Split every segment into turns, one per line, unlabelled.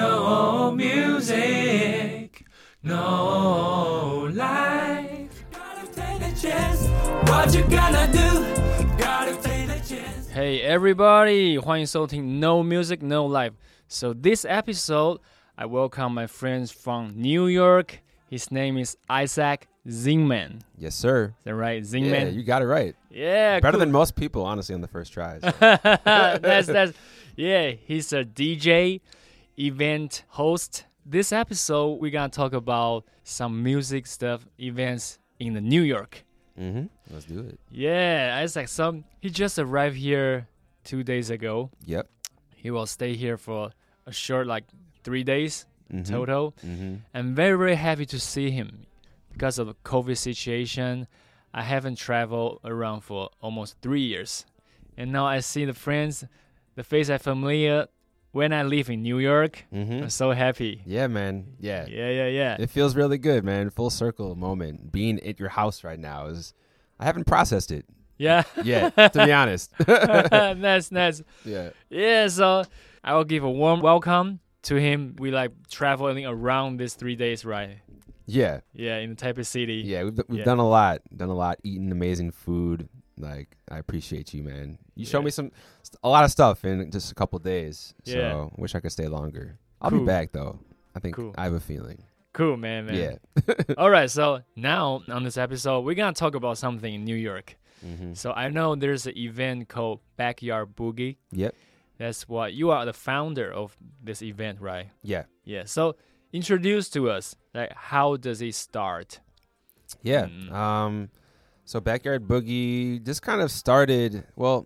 No music, no life. Gotta take a chance. What you gonna do? Gotta take a chance.
Hey everybody，欢迎收听 No Music No Life. So this episode, I welcome my friends from New York. His name is Isaac Zingman. Is
Yes, sir.
that right?
Yeah,
Zingman.
you got it right.
Yeah,
Better
cool.
than most people, honestly, on the first try. so.
that's that's yeah. He's a DJ, event host. This episode, we're gonna talk about some music stuff, events in the New York.
Mhm. Let's do it.
Yeah, Isaac. Some he just arrived here two days ago.
Yep.
he will stay here for a short like three days
Mhm.
total
Mhm.
i'm very very happy to see him because of the covid situation i haven't traveled around for almost three years and now i see the friends the face i familiar when i live in new york i'm
Mhm.
so happy
Yeah, man. Yeah.
Mm-hmm. yeah yeah yeah
It feels really good, man. Full circle moment. Being at your house right now is. I haven't processed it
yeah,
yet, to be honest.
nice nice
yeah.
yeah so i will give a warm welcome to him we like traveling around these three days right
Yeah.
yeah in taipei city
Yeah. We've, we've
Yeah.
done a lot. Done a lot. Eaten amazing food. Like, I appreciate you, man. You showed
Yeah.
me some. A lot of stuff in just a couple days. So,
Yeah.
wish I could stay longer. I'll
Cool.
be back, though. I think
Cool.
I have a feeling.
Cool, man. man.
Yeah.
All right. So now on this episode, we're gonna talk about something in New York.
Mhm.
So I know there's an event called Backyard Boogie.
Yep.
That's what you are the founder of this event, right?
Yeah.
Yeah. So introduce to us like how does it start?
Yeah.
Mm.
Um, so backyard boogie just kind of started. Well,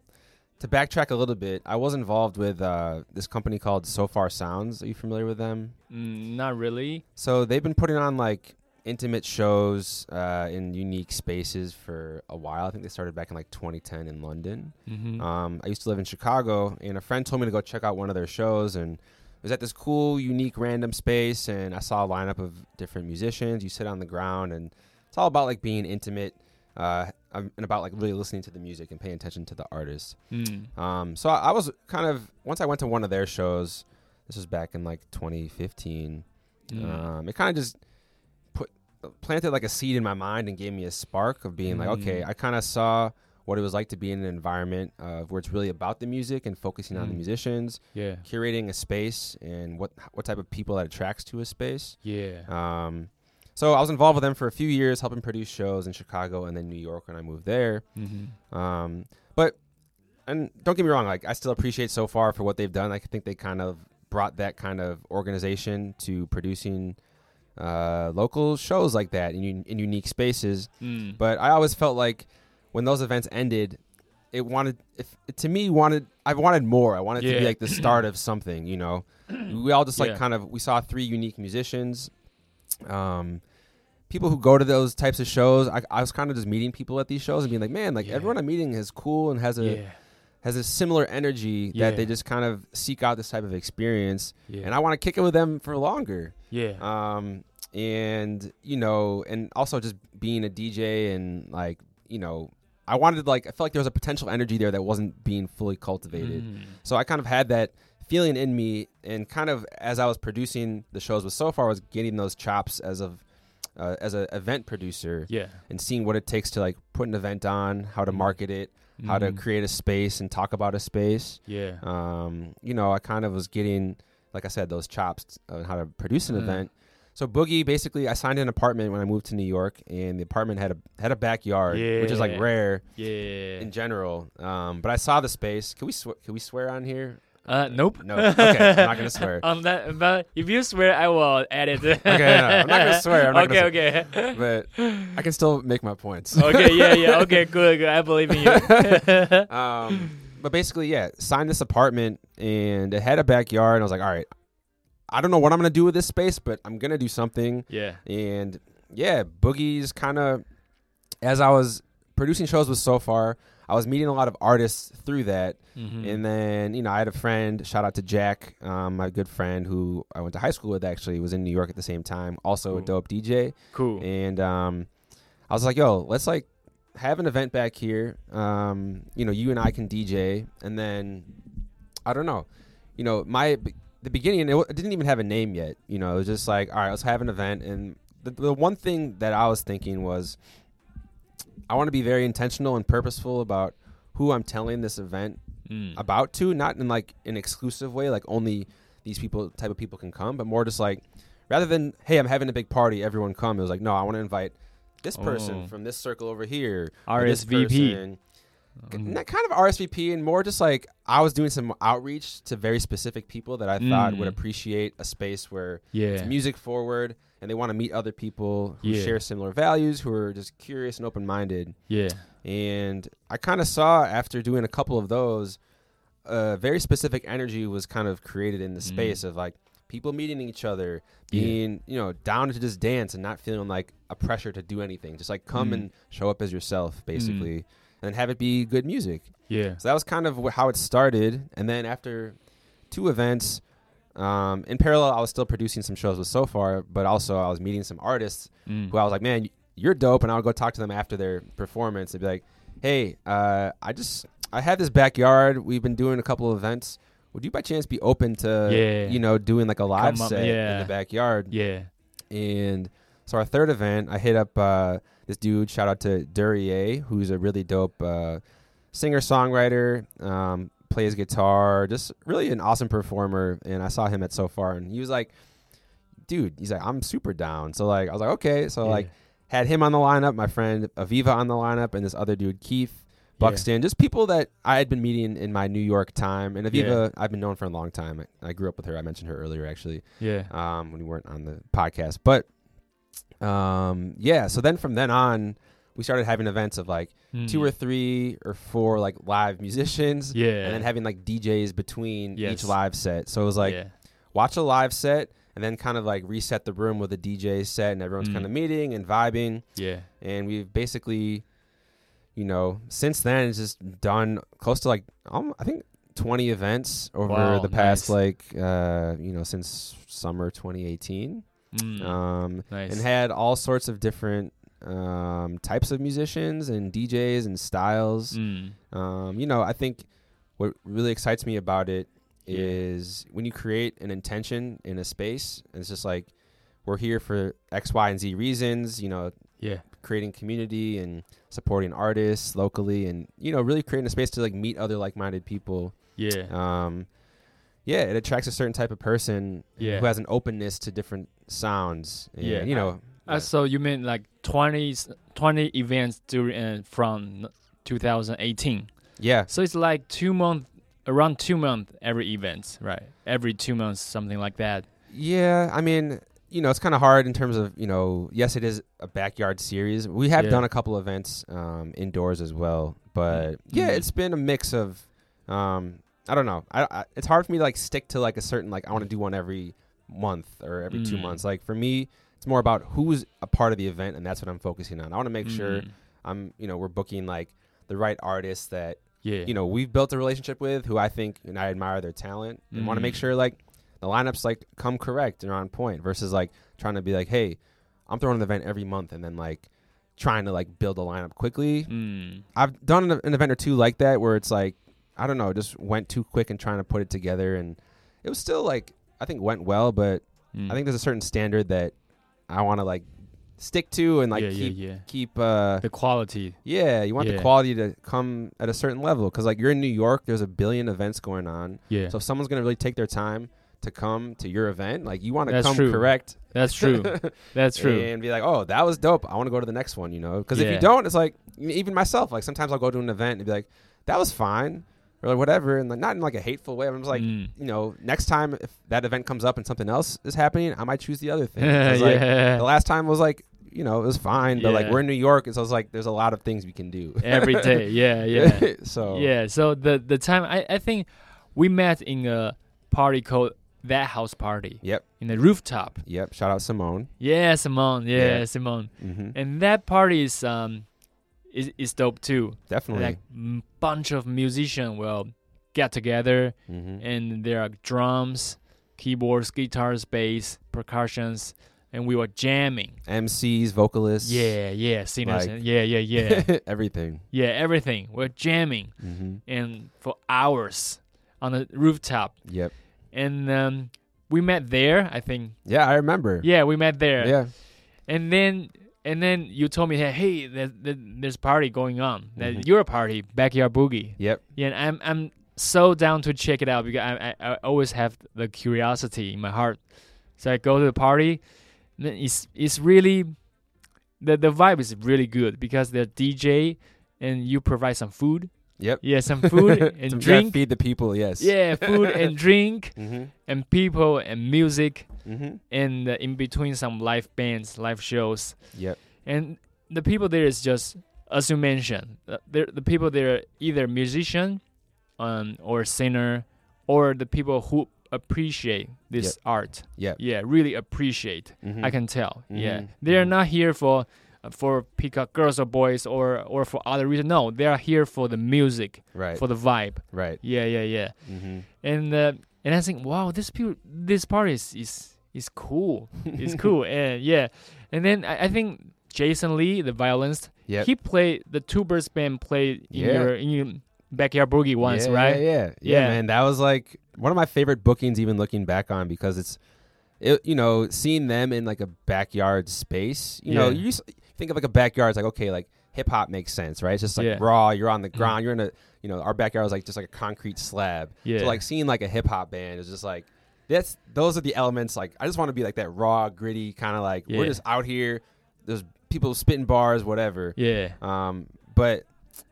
to backtrack a little bit, I was involved with uh, this company called So Far Sounds. Are you familiar with them?
Mm, not really.
So they've been putting on like intimate shows uh, in unique spaces for a while. I think they started back in like 2010 in London.
Mm-hmm.
Um, I used to live in Chicago, and a friend told me to go check out one of their shows, and it was at this cool, unique, random space, and I saw a lineup of different musicians. You sit on the ground, and it's all about like being intimate, uh, um, and about like really listening to the music and paying attention to the artist.
mm.
Um, so I, I was kind of once I went to one of their shows. This was back in like 2015.
Mm.
Um, it kind of just put planted like a seed in my mind and gave me a spark of being like, okay,
Mm.
I kind of saw what it was like to be in an environment of where it's really about the music and focusing on the
Mm.
musicians,
yeah.
curating a space, and what what type of people that attracts to a space.
Yeah.
Um, so I was involved with them for a few years, helping produce shows in Chicago and then New York when I moved there.
Mhm.
Um, but and don't get me wrong, like I still appreciate so far for what they've done. I think they kind of brought that kind of organization to producing uh, local shows like that in, un- in unique spaces.
Mm.
But I always felt like when those events ended, it wanted if it, to me wanted I wanted more. I wanted it to
Yeah.
be like the start of something. You know, we all just like
Yeah.
kind of we saw three unique musicians. Um, people who go to those types of shows, I, I was kind of just meeting people at these shows and being like, man, like
Yeah.
everyone I'm meeting is cool and has a
yeah.
has a similar energy
Yeah.
that they just kind of seek out this type of experience,
Yeah.
and I want to kick it with them for longer
yeah.
um and you know and also just being a dj and like you know i wanted like i felt like there was a potential energy there that wasn't being fully cultivated
Mm.
so i kind of had that feeling in me and kind of as i was producing the shows with so far was getting those chops as of uh, as an event producer
Yeah.
and seeing what it takes to like put an event on how to market it how to
Mhm.
create a space and talk about a space
Yeah.
um, you know, I kind of was getting, like I said, those chops on how to produce an
Mm.
event. So Boogie, basically, I signed an apartment when I moved to New York, and the apartment had a had a backyard, which is like
Yeah.
rare
Yeah.
in general. Um, but I saw the space. Can we sw- can we swear on here?
Uh, nope.
No. Okay, I'm not gonna swear.
Um, that, but if you swear, I will add it. okay,
no, I'm not gonna swear, I'm not
okay,
gonna
okay,
But I can still make my points.
okay. Yeah, yeah. Okay, good, good. I believe in you.
um, but basically, yeah, signed this apartment and it had a backyard. And I was like, all right, I don't know what I'm gonna do with this space, but I'm gonna do something.
yeah.
And yeah, Boogie's kind of as I was producing shows with so far, I was meeting a lot of artists through that.
Mm-hmm.
And then, you know, I had a friend, shout out to Jack, um, my good friend who I went to high school with actually, was in New York at the same time, also a
Cool.
dope DJ.
cool.
And um, I was like, yo, let's like have an event back here. Um, you know, you and I can DJ. And then, I don't know, you know, my b- the beginning, it, w- it didn't even have a name yet. You know, it was just like, all right, let's have an event. And the, the one thing that I was thinking was, I want to be very intentional and purposeful about who I'm telling this event
Mm.
about to, not in like an exclusive way, like only these people type of people can come, but more just like rather than hey, I'm having a big party, everyone come. It was like no, I want to invite this person
Oh.
from this circle over here, or this
RSVP.
person.
Um,
Not kind of RSVP and more just like I was doing some outreach to very specific people that I thought would
Mm.
appreciate a space where
yeah.
it's music forward and they want to meet other people who
Yeah.
share similar values, who are just curious and open minded.
Yeah.
And I kind of saw after doing a couple of those, a very specific energy was kind of created in the
Mm.
space of like people meeting each other,
Yeah.
being, you know, down to just dance and not feeling like a pressure to do anything. Just like come
Mm.
and show up as yourself, basically, and have it be good music.
Yeah.
So that was kind of wh- how it started. And then after two events, um, in parallel, I was still producing some shows with So Far, but also I was meeting some artists
Mm.
who I was like, man, you're dope. And I would go talk to them after their performance and be like, hey, uh, I just, I have this backyard. We've been doing a couple of events. Would you by chance be open to,
Yeah.
you know, doing like a live
Come up-
set in
yeah.
the backyard?
Yeah.
And so our third event, I hit up uh, this dude. Shout out to Duryea, who's a really dope uh, singer songwriter. Um, plays guitar, just really an awesome performer. And I saw him at So Far, and he was like, "Dude, he's like, I'm super down." So like, I was like, "Okay." So
yeah.
like, had him on the lineup, my friend Aviva on the lineup, and this other dude Keith Buxton, just people that I had been meeting in my New York time. And Aviva, I've been known for a long time. I, I grew up with her. I mentioned her earlier, actually
Yeah.
um, when we weren't on the podcast. But um, yeah, so then from then on, we started having events of like
Mm.
two or three or four like live musicians,
Yeah.
and then having like DJs between each
Yes.
live set. So it was like
yeah.
watch a live set and then kind of like reset the room with a DJ set, and everyone's
Mm.
kind of meeting and vibing.
Yeah.
And we've basically, you know, since then it's just done close to like um, I think. 20 events over
Wow,
the
nice.
past like uh you know since summer 2018
Mm.
um,
nice.
and had all sorts of different um, types of musicians and DJs and styles.
mm.
Um, you know, I think what really excites me about it
Yeah.
is when you create an intention in a space, and it's just like we're here for X, Y, and Z reasons. You know,
Yeah.
creating community and supporting artists locally, and you know, really creating a space to like meet other like-minded people.
Yeah.
Um, yeah, it attracts a certain type of person
Yeah.
who has an openness to different sounds. And,
Yeah,
you know,
Uh, so you mean like 20, s- 20 events during uh, from 2018.
yeah,
So it's like two month around two month every event, right? Every two months something like that.
yeah. I mean, you know, it's kind of hard in terms of you know. Yes, it is a backyard series. We have
Yeah.
done a couple events um, indoors as well, but yeah,
Mhm.
it's been a mix of. Um, I don't know. I, I it's hard for me to like stick to like a certain like I want to do one every month or every two
Mm.
months. Like for me, it's more about who's a part of the event, and that's what I'm focusing on. I want to make sure
Mm.
I'm you know we're booking like the right artists that
Yeah.
you know we've built a relationship with who I think and I admire their talent and want to
Mhm.
make sure like the lineups like come correct and are on point versus like trying to be like hey I'm throwing an event every month and then like trying to like build a lineup quickly
Mm.
I've done an, an event or two like that where it's like I don't know just went too quick and trying to put it together and it was still like I think went well but
Mm.
I think there's a certain standard that I want to like stick to and like
yeah,
keep
yeah, yeah.
keep uh
The quality.
yeah, you want the
Yeah.
quality to come at a certain level because, like, you're in New York. There's a billion events going on.
Yeah.
So if someone's gonna really take their time to come to your event, like, you want to
That's
come
true.
correct.
That's true. That's true.
And be like, oh, that was dope. I want to go to the next one. You know, because if you
Yeah.
don't, it's like e, even myself. Like sometimes I'll go to an event and be like, that was fine, or like, whatever, and like not in like a hateful way. I'm just like,
Mm.
you know, next time if that event comes up and something else is happening, I might choose the other thing. 'Cause, like,
yeah.
The last time was like, you know, it was fine, but like
Yeah.
we're in New York, and so it's like there's a lot of things we can do.
Every day. Yeah, yeah.
so
Yeah, so the the time I, I think we met in a party called that house party
Yep.
in the rooftop.
Yep. Shout out Simone.
Yeah, Simone. Yeah,
Yeah.
Simone.
hmm
And that party is um is is dope too.
Definitely.
Like m- bunch of musicians will get together
hmm
and there are drums, keyboards, guitars, bass, percussions, and we were jamming.
MCs, vocalists.
Yeah, yeah, singers.
Like-
yeah, yeah, yeah.
Everything.
yeah, everything. We're jamming
hmm
and for hours on the rooftop.
Yep.
and um, we met there. I think.
Yeah, I remember.
Yeah, we met there.
Yeah.
And then and then you told me, hey, there, there, there's party going on. That
Mhm.
your party, backyard boogie.
Yep.
Yeah, and I'm I'm so down to check it out because I, I, I always have the curiosity in my heart. So I go to the party. And then it's it's really the the vibe is really good because they're DJ and you provide some food.
Yep.
Yeah, some food
Some-
and
yeah,
drink.
Feed the people. Yes.
Yeah, food and drink
Mm-hmm.
and people and music
Mm-hmm.
and uh, in between some live bands, live shows
Yep.
and the people there is just as you mentioned the, the the people there are either musician um, or singer or the people who appreciate this art
Yep.
yeah really appreciate
Mm-hmm.
i can tell yeah
Mhm,
they're
mhm.
not here for uh, for pick up girls or boys or or for other reason no they are here for the music
Right.
for the vibe
right.
yeah yeah yeah
Mm-hmm.
and uh, and I think wow this people this part is is is cool it's cool and yeah and then I, I think Jason Lee the violinist
Yep.
he played the two birds band played in
Yeah.
your in your backyard boogie once
yeah,
right
Yeah, yeah, yeah,
Yeah.
man. That was like one of my favorite bookings, even looking back on, because it's, it, you know, seeing them in like a backyard space. You know,
Yeah.
you s- think of like a backyard. It's like okay, like hip hop makes sense, right? It's just like
Yeah. Mm.
raw. You're on the ground. You're in a, you know, our backyard was like just like a concrete slab.
Yeah.
So like seeing like a hip hop band is just like. That's those are the elements. Like I just want to be like that raw, gritty kind of like we're
Yeah.
just out here. There's people spitting bars, whatever.
yeah
Um, but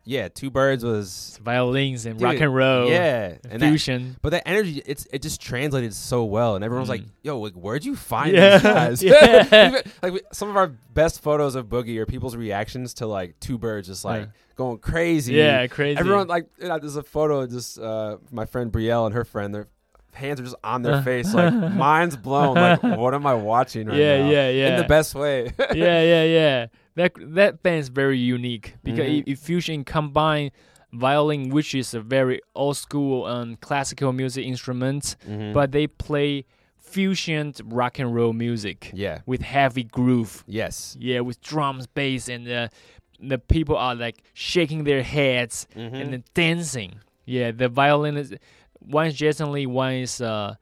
yeah, two birds was
violins and rock
Dude,
and roll
yeah, and that-
fusion
but that energy, it's it just translated so well, and everyone's like, "Yo, like, where'd you find
Mm. Yeah.
these guys?"
Yeah.
Even- like we, some of our best photos of Boogie are people's reactions to like two birds just like
Yeah.
going crazy.
yeah crazy
everyone like you know, there's a photo of just uh, my friend Brielle and her friend. Their hands are just on their
Uh.
face, like mind's blown. Like, what am I watching right
yeah
now?
yeah yeah
in the best way.
yeah, yeah, yeah. That that band is very unique because
Mhm.
it, it fusion combine violin, which is a very old school um, classical music instrument,
Mm-hmm.
but they play fusioned rock and roll music
yeah,
with heavy groove.
yes,
Yeah, with drums, bass, and uh, the people are like shaking their heads
Mm-hmm.
and then dancing. Yeah, the violin is one is Jason Lee, one is uh,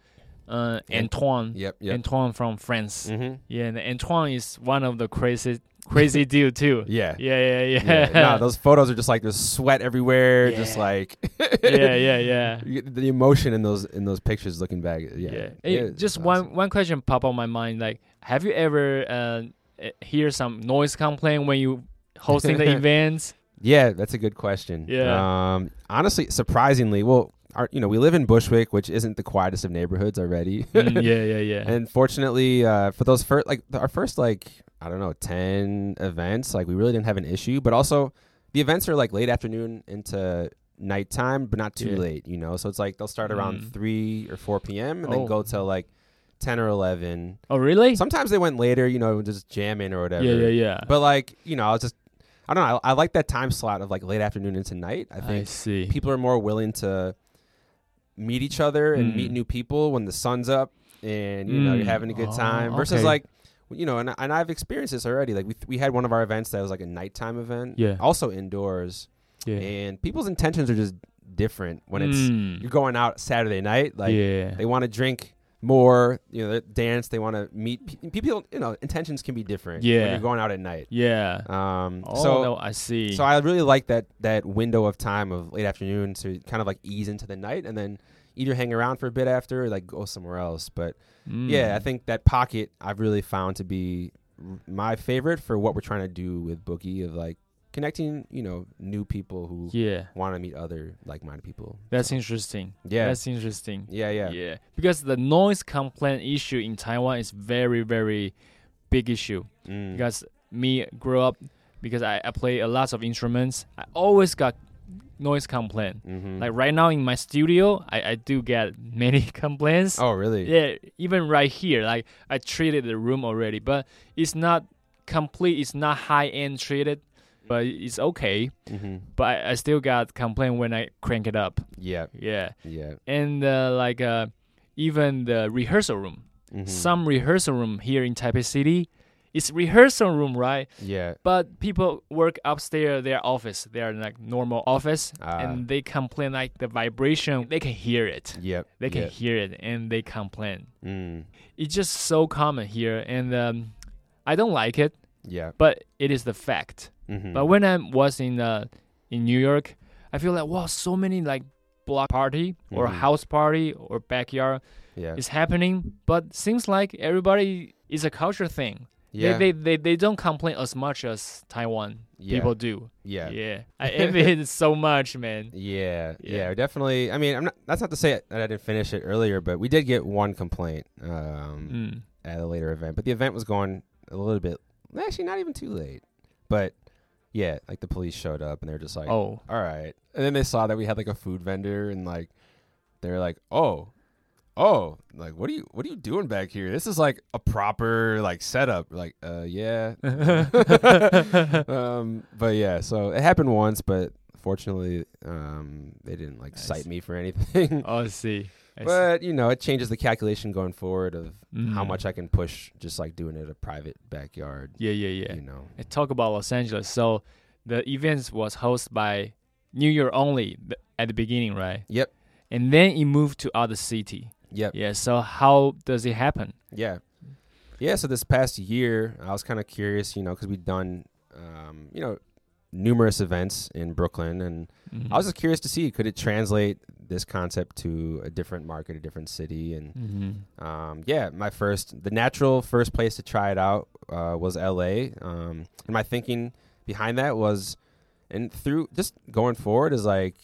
uh,
Ant-
Antoine.
yep, yep,
Antoine from France.
mm-hmm.
Yeah, and Antoine is one of the crazy crazy dude too.
yeah.
Yeah, yeah, yeah.
Yeah, no, those photos are just like there's sweat everywhere, just
Yeah.
like
yeah, yeah, yeah.
You get the emotion in those in those pictures looking back yeah,
yeah.
Yeah,
Hey,
it's
just
awesome.
one one question pop up my mind. Like, have you ever uh, eh, hear some noise complaint when you hosting the events?
yeah that's a good question
Yeah.
um honestly surprisingly well our, you know we live in bushwick which isn't the quietest of neighborhoods already
Mm, yeah, yeah, yeah.
and fortunately uh for those first like th- our first like i don't know 10 events like we really didn't have an issue but also the events are like late afternoon into nighttime but not too
Yeah.
late you know so it's like they'll start around
Mm.
3 or 4 p.m and
Oh.
then go till like 10 or 11
oh, really?
sometimes they went later you know just jamming or whatever
Yeah, yeah, yeah.
But like, you know, I was just I don't know. I, I like that time slot of like late afternoon into night. I
I
think
see.
people are more willing to meet each other and
Mm.
meet new people when the sun's up and you know you're
Mm.
having a good
Oh,
time versus
okay.
like you know and, and I've experienced this already. Like we we had one of our events that was like a nighttime event,
Yeah.
also indoors,
yeah.
and people's intentions are just different when it's
Mm,
you're going out Saturday night. Like
yeah.
they want to drink more, you know, they dance. They want to meet pe- people. You know, intentions can be different.
Yeah.
when you're going out at night.
yeah.
Um,
oh,
so
no, I see.
so I really like that that window of time of late afternoon to kind of like ease into the night and then either hang around for a bit after or like go somewhere else. But
Mm.
yeah, I think that pocket I've really found to be r- my favorite for what we're trying to do with Boogie of like connecting, you know, new people who
yeah.
want to meet other like-minded people.
That's interesting.
Yeah.
That's interesting.
yeah, yeah.
yeah because the noise complaint issue in taiwan is very very big issue
Mm.
because me grow up because i, I play a lot of instruments i always got noise complaint
Mhm.
like right now in my studio i, I do get many complaints
oh, really?
yeah even right here like i treated the room already but it's not complete it's not high end treated
Mm.
but it's okay
hmm
but i, I still got complaint when i crank it up
Yeah,
yeah
yeah.
and uh, like uh, even the rehearsal room.
Mhm.
Some rehearsal room here in Taipei City It's rehearsal room, right?
Yeah.
But people work upstairs their office, their like normal office,
Ah.
and they complain like the vibration. They can hear it.
Yep.
They can
yep.
hear it, and they complain.
Mm,
It's just so common here, and um, I don't like it,
yeah.
but it is the fact.
mhm.
But when I was in uh, in New York, I feel like wow, so many like block party or
Mhm.
house party or backyard
yeah.
is happening. But seems like everybody is a culture thing.
Yeah.
They, they, they they don't complain as much as Taiwan
Yeah.
people do.
yeah. Yeah.
Yeah, I envy it so much, man.
Yeah,
Yeah.
definitely. I mean, I'm not. That's not to say that I didn't finish it earlier, but we did get one complaint um,
Mm.
at a later event. But the event was going a little bit, actually, not even too late. But yeah, like the police showed up and they're just like,
Oh,
all right. And then they saw that we had like a food vendor and like they're like, "Oh. Oh, like what are you what are you doing back here? This is like a proper like setup." We're Like, "Uh yeah." um but yeah, so it happened once, but fortunately um they didn't like
Nice.
cite me for anything.
oh, I see. I see.
but, you know, it changes the calculation going forward of how
Mm.
much I can push just like doing it at a private backyard,
Yeah, yeah, yeah.
you know.
I talk about Los Angeles. So the events was hosted by New York only th- at the beginning, right?
Yep.
And then it moved to other city.
Yep.
Yeah. So how does it happen?
Yeah. Yeah. So this past year, I was kind of curious, you know, because we'd done, um, you know, numerous events in Brooklyn, and
Mm.
I was just curious to see could it translate this concept to a different market, a different city, and
hmm
um, yeah, my first, the natural first place to try it out uh, was L.A. Um, and my thinking behind that was, and through just going forward is like,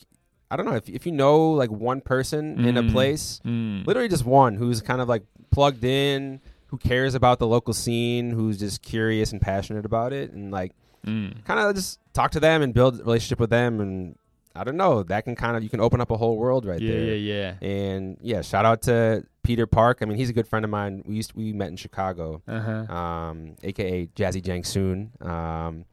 I don't know if if you know like one person in a
Mm.
place
Mm.
literally just one who's kind of like plugged in who cares about the local scene who's just curious and passionate about it and like
Mm.
kind of just talk to them and build a relationship with them and i don't know that can kind of you can open up a whole world right
yeah,
there
yeah, yeah.
and yeah shout out to peter park i mean he's a good friend of mine we used we met in chicago
Uh huh.
um, aka Jazzy Jang Soon. Um,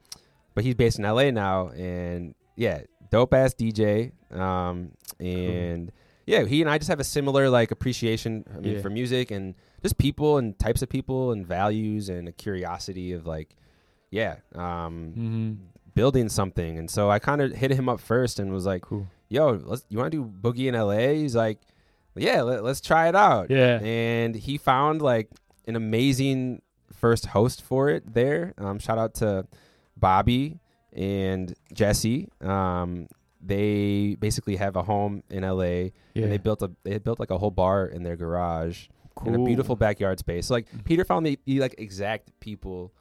but he's based in LA now, and yeah, dope ass DJ. Um, and yeah, he and I just have a similar like appreciation. I mean,
Yeah.
for music and just people and types of people and values and a curiosity of like, yeah, um,
hmm
building something. And so I kind of hit him up first and was like,
Cool.
"Yo, let's, you want to do boogie in LA?" He's like, "Yeah, let, let's try it out."
Yeah.
and he found like an amazing first host for it there. Um, shout out to Bobby and Jesse. Um, they basically have a home in LA,
yeah.
and they built a they had built like a whole bar in their garage in a
Cool. Mm-hmm.
beautiful backyard space. So, like Peter found the, the like exact people,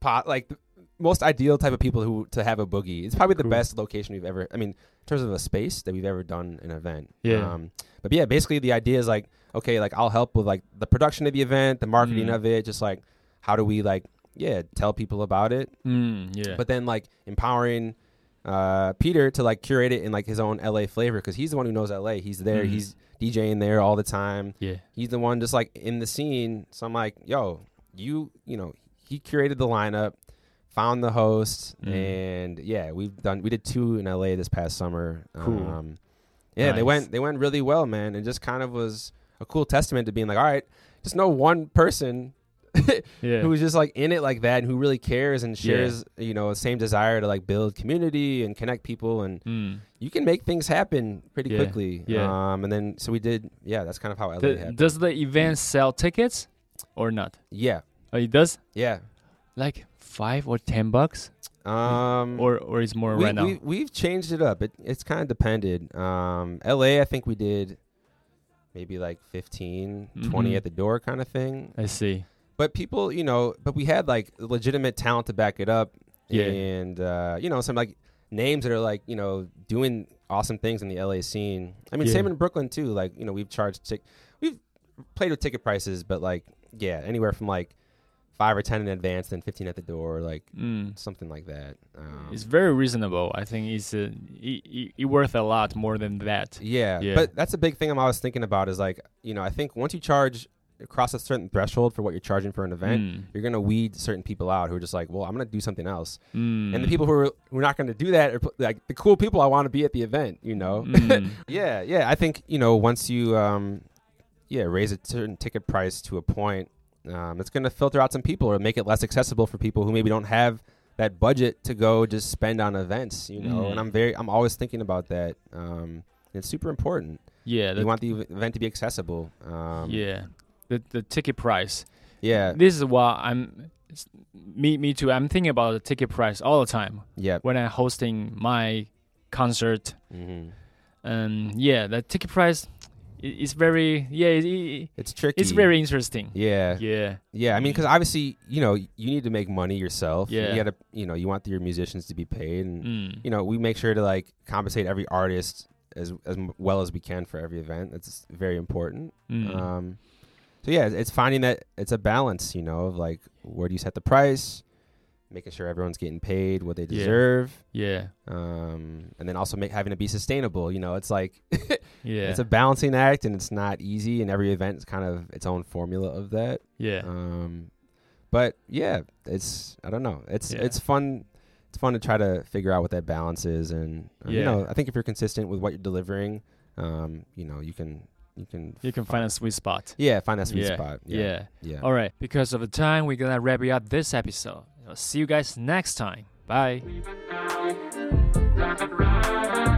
pot like the most ideal type of people who to have a boogie. It's probably the
Cool.
best location we've ever. I mean, in terms of a space that we've ever done an event.
Yeah.
Um, but yeah, basically the idea is like okay, like I'll help with like the production of the event, the marketing
Mm.
of it, just like how do we like yeah tell people about it,
Mm, yeah.
but then like empowering uh Peter to like curate it in like his own LA flavor because he's the one who knows LA. He's there.
Mm.
He's DJing there all the time
yeah.
he's the one just like in the scene. So I'm like, yo, you, you know, he curated the lineup, found the host,
Mm.
and yeah, we've done. We did two in LA this past summer.
Cool.
Um, yeah, they
Nice.
went they went really well, man, and just kind of was a cool testament to being like, all right, just know one person
Yeah.
who's just like in it like that and who really cares and shares, you know, same desire to like build community and connect people and
mm.
you can make things happen pretty
Yeah.
quickly.
Yeah.
Um and then so we did yeah, that's kind of how LA
Th-
happened.
does the event sell tickets or not?
yeah.
Oh, it does.
Yeah.
Like five or ten bucks,
Um,
or or it's more
we,
right now.
we, we've changed it up. It, it's kind of depended. Um, LA, I think we did maybe like 15, 20
Mhm.
at the door kind of thing.
I see.
But people, you know, but we had like legitimate talent to back it up.
Yeah.
And, uh, you know, some like names that are like, you know, doing awesome things in the LA scene. I mean,
Yeah.
same in Brooklyn too. Like, you know, we've charged, tic- we've played with ticket prices, but like, yeah, anywhere from like five or 10 in advance, then 15 at the door, like
Mm.
something like that. Um,
It's very reasonable. I think it's uh, it, it, it worth a lot more than that.
Yeah,
Yeah.
but that's a big thing I'm always thinking about is like, you know, I think once you charge across a certain threshold for what you're charging for an event,
Mm.
you're gonna weed certain people out who are just like, well, I'm gonna do something else,
Mm.
and the people who are who are not gonna do that are pl- like the cool people I want to be at the event, you know?
Mm.
yeah, yeah. I think you know once you um, yeah, raise a certain ticket price to a point, Um, it's going to filter out some people or make it less accessible for people who maybe don't have that budget to go just spend on events, you know.
Mhm.
And I'm very, I'm always thinking about that. Um, it's super important.
Yeah,
You
the,
want the ev- event to be accessible. Um,
yeah, the the ticket price.
Yeah.
This is why I'm s- me me too. I'm thinking about the ticket price all the time
Yep.
when I'm hosting my concert.
hmm
Um, yeah, the ticket price i- is very yeah, it, it,
It's tricky.
it's very interesting.
Yeah.
Yeah,
Yeah, I mean, because obviously, you know, you need to make money yourself.
Yeah.
You gotta, you know, you want your musicians to be paid, and
Mm.
you know, we make sure to like compensate every artist as as m- well as we can for every event. That's very important.
Mm.
Um, so yeah, it's- it's finding that it's a balance, you know, of like where do you set the price, making sure everyone's getting paid what they
Yeah.
deserve.
yeah,
Um, and then also make, having to be sustainable. You know, it's like
yeah,
it's a balancing act, and it's not easy. And every event is kind of its own formula of that.
yeah.
Um, but yeah, it's I don't know. It's
Yeah.
it's fun. It's fun to try to figure out what that balance is, and uh, you
Yeah.
know, I think if you're consistent with what you're delivering, um, you know, you can you can
you can find a sweet spot.
yeah find that sweet
yeah.
spot.
Yeah.
Yeah, yeah.
All right. Because of the time, we're gonna wrap it up this episode. I'll see you guys next time. Bye.
Bye.